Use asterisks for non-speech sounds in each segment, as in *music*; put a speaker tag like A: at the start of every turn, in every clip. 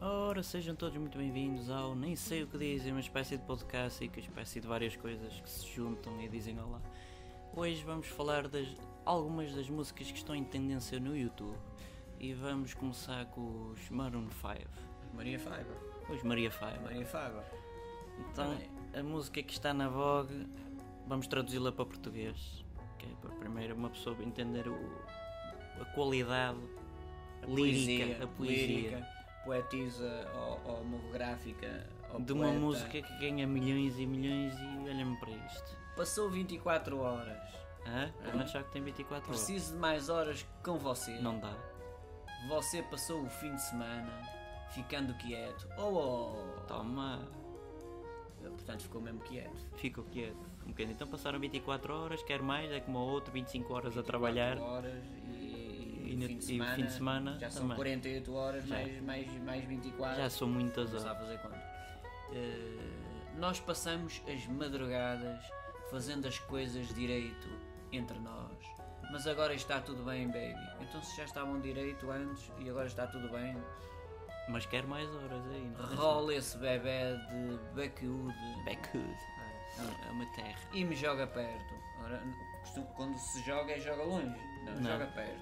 A: Ora, sejam todos muito bem-vindos ao Nem Sei O Que Dizem, uma espécie de podcast e que espécie de várias coisas que se juntam e dizem olá. Hoje vamos falar das algumas das músicas que estão em tendência no YouTube e vamos começar com os Maroon 5.
B: Maria Fábio.
A: Os Maria 5.
B: Maria Fábio.
A: Então, a música que está na vogue, vamos traduzi-la para português, que é para primeiro uma pessoa entender o- a qualidade
B: A
A: lírica, a poesia.
B: lírica, poetisa ou, ou monográfica. Ou
A: de uma
B: poeta.
A: música que ganha milhões e milhões e olha-me para isto.
B: Passou 24 horas.
A: Hã? Pelo menos já que tem 24 horas.
B: Preciso de mais horas com você.
A: Não dá.
B: Você passou o fim de semana ficando quieto. Oh,
A: Tá.
B: oh.
A: Toma,
B: Portanto, ficou mesmo quieto.
A: fico quieto. Um bocadinho. Então passaram 24 horas, quer mais, é como o outro, 25 horas a
B: 24
A: trabalhar.
B: horas e,
A: E no- e o fim de semana
B: já são
A: também.
B: 48 horas
A: Já.
B: mais, mais, mais 24.
A: Já são muitas
B: Vamos lá
A: horas.
B: fazer conta. Eh, nós passamos as madrugadas fazendo as coisas direito entre nós. Mas agora está tudo bem, baby. Então se já estavam direito antes e agora está tudo bem,
A: Mas quer mais horas aí, não é?
B: rola esse bebê de backwood
A: Backwood. É uma terra.
B: e me joga perto. Ora, costum- quando se joga é joga longe, não,
A: Não.
B: joga perto.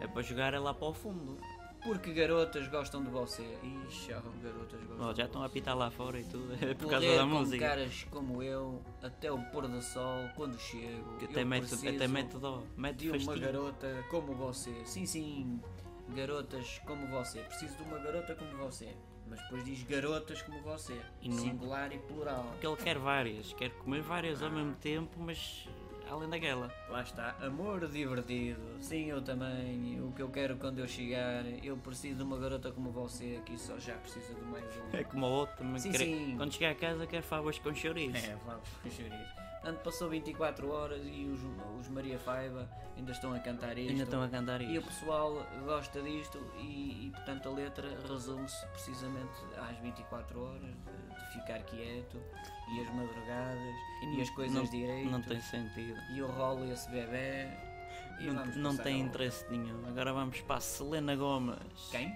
A: É para jogar é lá para o fundo.
B: Porque garotas gostam de você. Ixi, ó, garotas gostam
A: Ó, já
B: de você.
A: estão a pitar lá fora e tudo. *laughs* É por
B: Poder
A: causa da
B: com
A: música.
B: caras como eu, até o pôr do sol, quando chego,
A: Que até
B: eu
A: mete,
B: preciso
A: até mete dó. Mete
B: de uma
A: fastidio.
B: garota como você. Sim, sim, garotas como você. Preciso de uma garota como você. Mas depois diz garotas como você.
A: E não-
B: Singular e plural.
A: Porque ele quer várias. Quer comer várias ao mesmo tempo, mas além daquela.
B: Lá está, amor divertido. Sim, eu também. O que eu quero quando eu chegar, eu preciso de uma garota como você, que só já precisa de mais um. uma.
A: É como o outro também.
B: Sim,
A: quer-
B: sim.
A: Quando chegar a casa, quer favas com chouriço.
B: É, *laughs* vamos sugerir. Portanto, passou 24 horas e os, os Maria Faiba ainda estão a cantar isto.
A: Ainda estão a cantar
B: E o
A: isso.
B: pessoal gosta disto e, e, portanto, a letra resume-se precisamente às 24 horas de, de ficar quieto e as madrugadas e, as coisas
A: não,
B: direito
A: Não tem sentido.
B: e eu rolo esse bebê e
A: Não,
B: vamos
A: não
B: passar
A: tem
B: ao-
A: interesse nenhum. Agora vamos para a Selena Gomes.
B: Quem?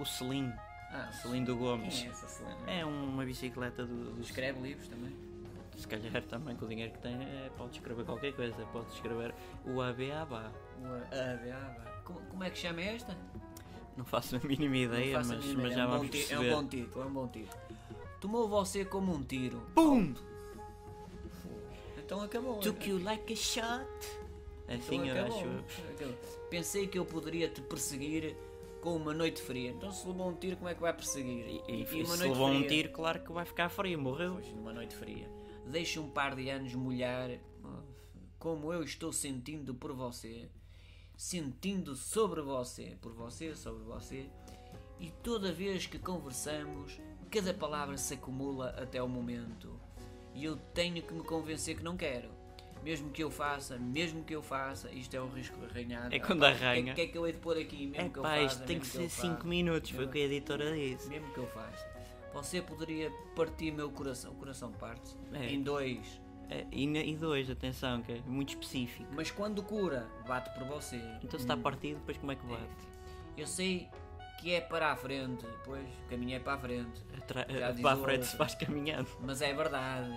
A: O Selim.
B: Ah,
A: Selim do Gomes.
B: Quem é essa Selena?
A: É uma bicicleta do, dos
B: Escreve livros também.
A: Se calhar também com o dinheiro que tem, é, pode escrever qualquer coisa. Pode escrever o ABABA.
B: Ua- Aveaba. Como, como é que chama esta?
A: Não faço a mínima
B: Não
A: ideia,
B: faço a
A: mas,
B: mínima
A: mas já
B: ideia. é um bom
A: vamos
B: ti-
A: perceber.
B: É um bom título, é um bom título. Tomou você como um tiro.
A: BOOM!
B: Então acabou.
A: Took you like a shot. Assim eu
B: Então acabou.
A: acho.
B: Acabou. Pensei que eu poderia te perseguir com uma noite fria. Então se levou um tiro, como é que vai perseguir?
A: E, e, se levou um tiro, claro que vai ficar frio, morreu.
B: Pois, numa noite fria. Deixa um par de anos molhar oh, como eu estou sentindo por você. Sentindo sobre você, por você, sobre você. E toda vez que conversamos, cada palavra se acumula até o momento. E eu tenho que me convencer que não quero. Mesmo que eu faça, mesmo que eu faça, isto é um risco arranhado.
A: É quando
B: Epá,
A: arranha.
B: O que é que, é que eu hei de pôr aqui? Mesmo
A: É
B: que eu
A: pá,
B: faça,
A: isto tem
B: mesmo
A: que
B: eu
A: ser
B: faça.
A: 5 minutos, foi
B: Eu-
A: o que a editora disse.
B: mesmo que eu faça. Você poderia partir meu coração, o coração parte
A: É.
B: em dois,
A: É, E, na- e dois, atenção, que é muito específico.
B: mas quando cura, bate por você.
A: Então se
B: Hum.
A: está partido, depois como é que bate?
B: Eu sei que é para a frente, pois o caminho é para a frente,
A: Atra-
B: Já diz
A: Para a
B: o
A: frente
B: outro.
A: se faz caminhando.
B: mas é verdade.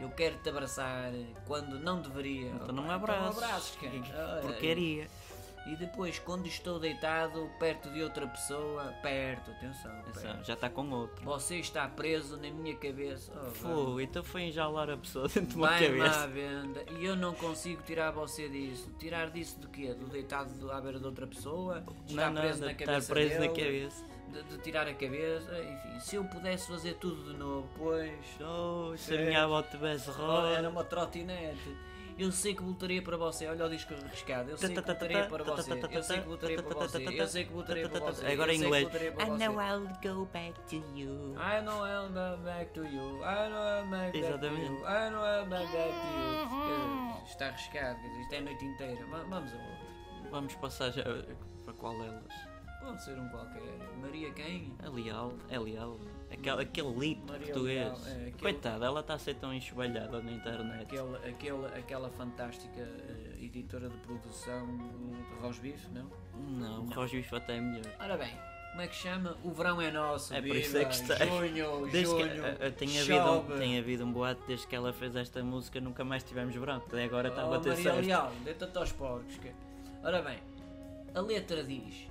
B: Eu quero te abraçar quando não deveria.
A: Então não
B: Opa,
A: há braços.
B: abraços, cara. Ora,
A: Porcaria.
B: E depois, quando estou deitado perto de outra pessoa, perto, atenção,
A: Atenção,
B: perto.
A: já está com outro.
B: Você está preso na minha cabeça. Oh, vá.
A: Fogo, então foi enjaular a pessoa *laughs* dentro de uma
B: Vai-me à
A: cabeça.
B: venda e eu não consigo tirar você disso. Tirar disso do quê? Do deitado do- à beira de outra pessoa? De estar
A: não,
B: preso
A: de
B: na
A: estar
B: cabeça
A: preso na
B: dele,
A: cabeça.
B: De, de tirar a cabeça, enfim. Se eu pudesse fazer tudo de novo, pois...
A: Oh, se a minha avó tivesse
B: Olha, Era
A: roda.
B: uma trotinete. Eu sei que voltaria para você. Olha o disco arriscado. Eu sei que voltaria para você. Eu sei que voltaria para você. Eu sei que voltaria para você.
A: Agora em
B: Eu sei que
A: inglês.
B: voltaria para
A: I
B: você. Ah,
A: know I'll go back to you.
B: I know I'll go back to you. I know I'll back to
A: Exatamente.
B: you. I know I'll back to you. Quer dizer, Está arriscado, quer dizer, isto é a noite inteira. Va- Vamos a outro.
A: Vamos passar já para qual delas?
B: Pode ser um qualquer. Maria quem?
A: A Leal, é Leal. Aquele, aquele lito
B: Maria
A: português.
B: Leal, é, aquele-
A: Coitada, ela está a ser tão enxovalhada na internet.
B: Aquela, aquela, aquela fantástica eh, editora de produção eh, de Rosbif, não?
A: Não, o Rosbif até é melhor.
B: Ora bem, como é que chama? O verão é nosso.
A: É por
B: viva,
A: isso é que está- *laughs*
B: Junho,
A: Desde que,
B: junho.
A: eh, eh, tem, havido
B: chove.
A: um, tem havido um boato desde que ela fez esta música, nunca mais tivemos verão. Até agora está a
B: Oh,
A: bater
B: Maria
A: certo.
B: Leal, deita-te aos porcos. que- Ora bem, a letra diz: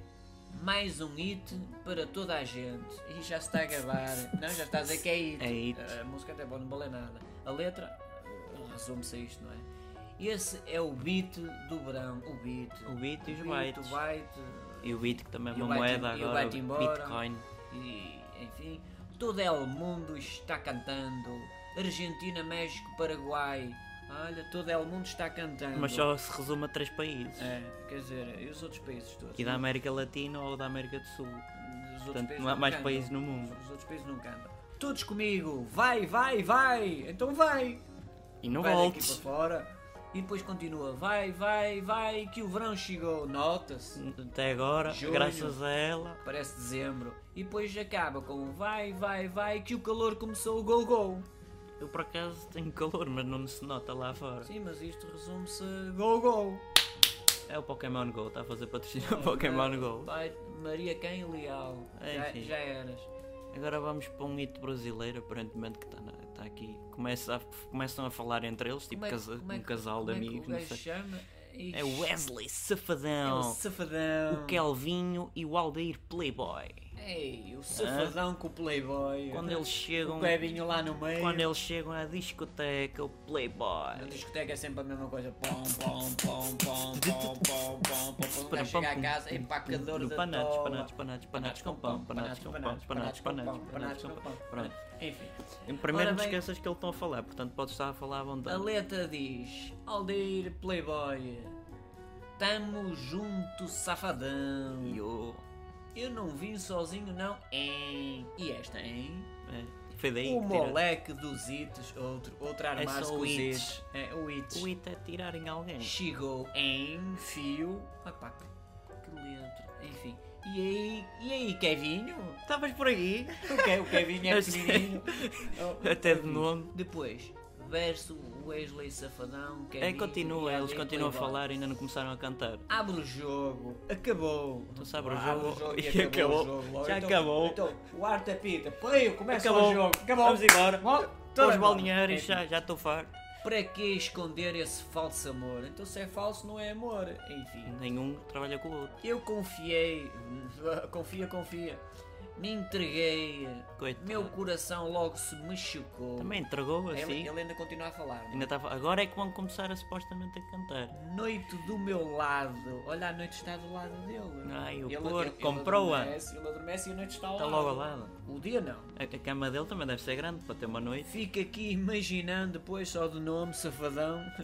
B: Mais um hit para toda a gente. E já se está a
A: *laughs*
B: acabar. não, já está a dizer que é hit.
A: É hit.
B: A música até pode não valer nada. A letra eh, resume-se a isto, não é? Esse é o beat do verão. O beat.
A: O beat e os
B: O beat,
A: bytes.
B: o byte,
A: E o Bit, que também é
B: E
A: uma
B: o byte-
A: moeda
B: e o
A: agora,
B: byte
A: o
B: embora.
A: Bitcoin.
B: e enfim, todo o mundo está cantando. Argentina, México, Paraguai. Olha, todo o mundo está cantando.
A: Mas só se resume a três países.
B: É, quer dizer, e os outros países todos?
A: E da América Latina ou da América do Sul.
B: Os outros
A: Portanto,
B: países
A: não há
B: não
A: mais
B: cantam.
A: países no mundo.
B: Os outros países não cantam. Todos comigo! Vai, vai, vai! Então vai!
A: E não
B: vai daqui para
A: voltes.
B: fora. E depois continua. Vai, vai, vai, que o verão chegou. Nota-se.
A: Até agora,
B: Junho.
A: graças a ela.
B: Parece dezembro. E depois acaba com vai, vai, vai, que o calor começou. Go, go!
A: Eu por acaso tenho calor, mas não se nota lá fora.
B: Sim, mas isto resume-se a Go Go.
A: É o Pokémon GO, está a fazer patrocínio ao Pokémon GO.
B: Vai, Maria Quem Leal. Já,
A: Enfim. Tipo
B: já eras.
A: Agora vamos para um hito brasileiro, aparentemente que está aqui. Começa a- começam a falar entre eles, tipo
B: Como é que-
A: casa-
B: como é
A: um
B: que-
A: casal
B: como
A: de
B: é que
A: amigos.
B: O
A: não
B: gajo
A: sei.
B: chama.
A: É o Wesley
B: É o
A: Safadão,
B: safadão.
A: o Kelvinho e o Aldair Playboy.
B: Ei, o safadão com o Playboy.
A: Quando eles chegam-
B: O Clebinho lá no meio.
A: Quando eles chegam à discoteca, o
B: É Na
A: Playboy.
B: discoteca é sempre a mesma coisa. Pom, pom, pom, pom, pom, pom, pom, pom. Um gajo chega a casa, empacador da
A: Panados,
B: tola.
A: panados, panados, panados com pão, panados com pão, panados, panados, panados com pão. Pronto.
B: Enfim. Ora
A: Primeiro não te
B: bem,
A: esqueças que eles estão a falar, portanto podes estar a falar à
B: A
A: vontade.
B: letra diz: Aldeir Playboy, tamo junto, safadão.
A: Yo.
B: Eu não vim sozinho, não. Hein? E esta, hein?
A: É, Foi daí
B: O
A: que tiraram.
B: moleque dos itos, outro, outro armário
A: É só
B: com os
A: ites.
B: itos. É, o itos.
A: O hito é tirarem alguém.
B: Chegou em fio. Opa, que- que letra. Enfim. E aí, e aí, Kevinho?
A: Estavas por aqui?
B: *laughs* O, Ke, o Kevinho é
A: *laughs* Eu sei.
B: pequenininho. Oh,
A: Até de nome.
B: Depois, verso Wesley Safadão, Kevinho.
A: É, continua,
B: e
A: eles
B: alguém
A: continuam a
B: playboy.
A: falar e ainda não começaram a cantar.
B: Abre o jogo, acabou.
A: Tu sabes Então o
B: Abre
A: jogo *laughs*
B: e
A: e
B: acabou.
A: acabou.
B: o jogo logo.
A: Já
B: Então-
A: acabou.
B: Então, o arte apita. Play, começa
A: Acabou.
B: o jogo. Acabou.
A: Vamos embora.
B: Bom,
A: Estou
B: todos
A: aos balneários,
B: embora.
A: já já estou farto.
B: É, Para que esconder esse falso amor? Então, se é falso, não é amor. Enfim.
A: Nenhum trabalha com o outro.
B: Eu confiei, *laughs* confia, confia. Me entreguei,
A: Coitado.
B: meu coração logo se me chocou.
A: Também entregou assim.
B: ele, ele ainda continua a falar. não é?
A: Ainda tava... Agora é que vão começar a, supostamente a cantar.
B: Noite do meu lado. Olha, a noite está do lado dele.
A: Ai, o porco, comprou-a.
B: Ele adormece, ele adormece e a noite está ao
A: Está
B: lado.
A: Tá logo ao lado.
B: O dia não.
A: A, a cama dele também deve ser grande para ter uma noite.
B: Fico aqui imaginando depois só do nome, safadão. *laughs*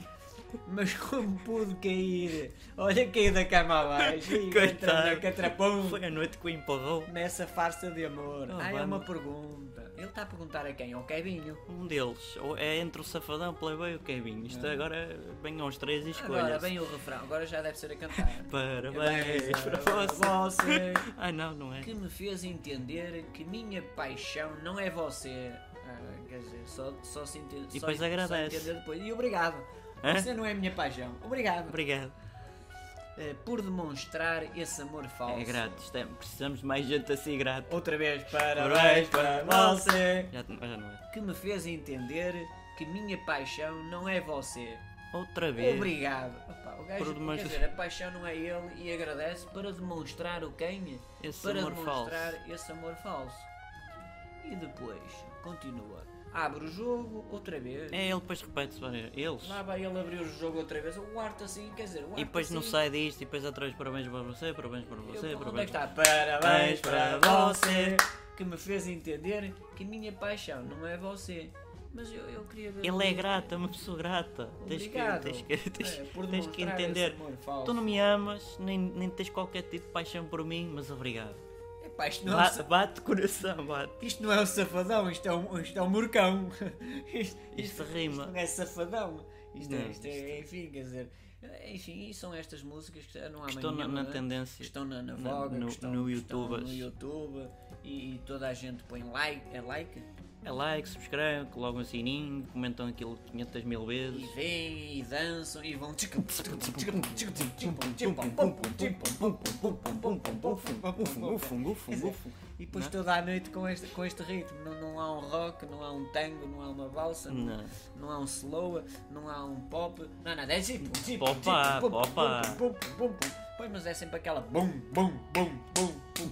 B: Mas como pude cair? Olha, caí da cama abaixo. Ih,
A: Coitado.
B: Catrapão.
A: Foi a noite que o empurrou.
B: Nessa farsa de amor.
A: Oh,
B: Ai, é
A: vamos.
B: uma pergunta. Ele está a perguntar a quem? Ao Kevinho.
A: Um deles. Ou é entre o Safadão, o Playboy e o Kevin. Isto agora venham os três e
B: É. Agora
A: escolha.
B: vem o refrão. Agora já deve ser a cantar.
A: *laughs*
B: é
A: Parabéns para você.
B: você.
A: Ai não, não é?
B: que me fez entender que minha paixão não é você. Ah, quer dizer, só, só se entende.
A: E depois
B: só,
A: agradece.
B: Só entender depois. E obrigado.
A: Hã?
B: Você não é minha paixão. Obrigado.
A: Obrigado.
B: Eh, por demonstrar esse amor falso.
A: É grátis. tem- Precisamos de mais gente assim grátis.
B: Outra vez, parabéns para você.
A: Já, já não é.
B: Que me fez entender que minha paixão não é você.
A: Outra vez.
B: Obrigado. Opa, o gajo,
A: Por
B: quer
A: demonstrar-
B: dizer, a paixão não é ele e agradece para demonstrar o quem? é,
A: Esse
B: para
A: amor
B: demonstrar
A: falso.
B: esse amor falso. E depois, continua. Abre o jogo outra vez.
A: É, ele depois repete-se várias Eles.
B: Lá vai ele abrir o jogo outra vez. O arte assim, quer dizer, o
A: E
B: arte
A: depois
B: assim.
A: não sai disto, e depois outra vez parabéns para você, parabéns para
B: Eu-
A: você,
B: onde é que
A: parabéns.
B: está? Parabéns para
A: você.
B: você que me fez entender que minha paixão não é você. Mas eu, eu queria ver.
A: Ele é grato, é uma pessoa grata. Tens que,
B: Obrigado.
A: tens que, tens,
B: É, por
A: tens que
B: demonstrar esse
A: entender.
B: amor falso.
A: Tu não me amas, nem, nem tens qualquer tipo de paixão por mim, mas obrigado.
B: Epá, isto não é um
A: Bate, bate coração, bate.
B: Isto não é um safadão, isto é um, isto é um murcão. *laughs* Isto,
A: Isto rima.
B: Isto não é safadão. Isto,
A: Não,
B: é, isto é, enfim, quer dizer. Enfim, e são estas músicas que não há
A: Que estão na,
B: nenhuma,
A: na
B: né?
A: tendência.
B: Que estão na, na
A: na-
B: voga,
A: no-
B: que estão,
A: no
B: que estão
A: YouTube.
B: no YouTube, e, e toda a gente põe like. É like?
A: É like, subscrevam, colocam o sininho, comentam aquilo 500 mil
B: E
A: vezes.
B: vêm e dançam e vão. E depois
A: é?
B: toda a noite com este, com este ritmo. Não, não há um rock, não há um tango, não há uma balsa, não,
A: Não.
B: não há um slow, não há um pop. Não, nada. É tipo. tipo,
A: Popa,
B: tipo, pum,
A: popa.
B: pum, pum, pum, pum. Pois, mas é sempre aquela. Bum, bum, bum, bum, bum.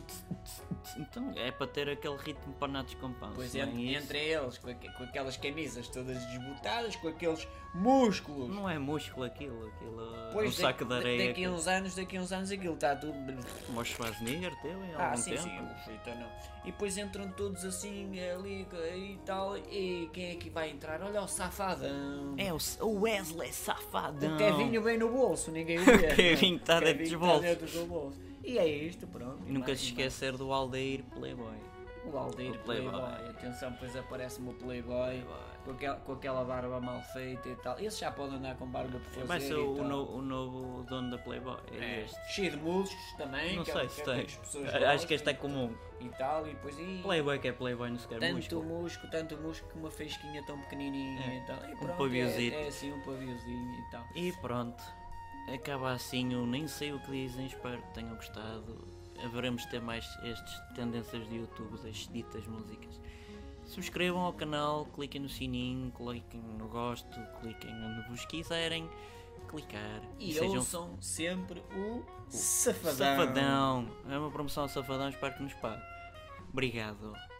A: Então é para ter aquele ritmo para natos com pão.
B: Pois
A: se
B: é,
A: bem isso-
B: entre eles, com, aque- com aquelas camisas todas desbotadas, com aqueles músculos.
A: Não é músculo aquilo, aquilo é um
B: Pois,
A: saco de
B: da- da-
A: areia.
B: daqui a uns anos, daqui a uns anos aquilo está tudo.
A: que... Mas Schwarzenegger teve em algum
B: Ah, sim,
A: tempo.
B: sim, o Fritão não. E depois entram todos assim ali e tal. E quem é que vai entrar? Olha o safadão.
A: É o S- o Wesley safadão.
B: O Kevinho vem no
A: *laughs*
B: bolso, ninguém o vê. não é?
A: Kevinho está
B: O
A: dentro
B: Kevinho
A: dos bolsos.
B: está dentro do bolso. E é isto, pronto.
A: E nunca
B: vai-
A: se esquecer do Aldeir Playboy.
B: O Aldir
A: O Playboy.
B: Playboy. Atenção, depois aparece-me o Playboy. Com aquela, com aquela barba mal feita e tal. Esse já pode andar com barba por fazer
A: Vai ser
B: e
A: o,
B: tal.
A: no- o novo dono da Playboy. É
B: É,
A: este.
B: Cheio de músicos também.
A: Não
B: que é
A: sei
B: o que
A: se
B: é
A: tem.
B: que as pessoas
A: Acho que este é
B: gostam
A: comum.
B: E tal, e depois... E,
A: Playboy que é Playboy, não sequer
B: tanto
A: músculo.
B: musco, tanto musco que uma fesquinha tão pequenininha
A: É,
B: e tal. E
A: um
B: pronto,
A: paviozito.
B: É, é assim um paviozinho e tal.
A: E pronto. Acaba assim o Nem Sei O Que Dizem. Espero que tenham gostado. Haveremos de ter mais estes tendências de YouTube das ditas músicas. Subscrevam ao canal, cliquem no sininho, cliquem no gosto, cliquem onde vos quiserem clicar.
B: E,
A: sejam
B: ouçam sempre o Safadão.
A: safadão. É uma promoção ao safadão, espero que nos pague. Obrigado.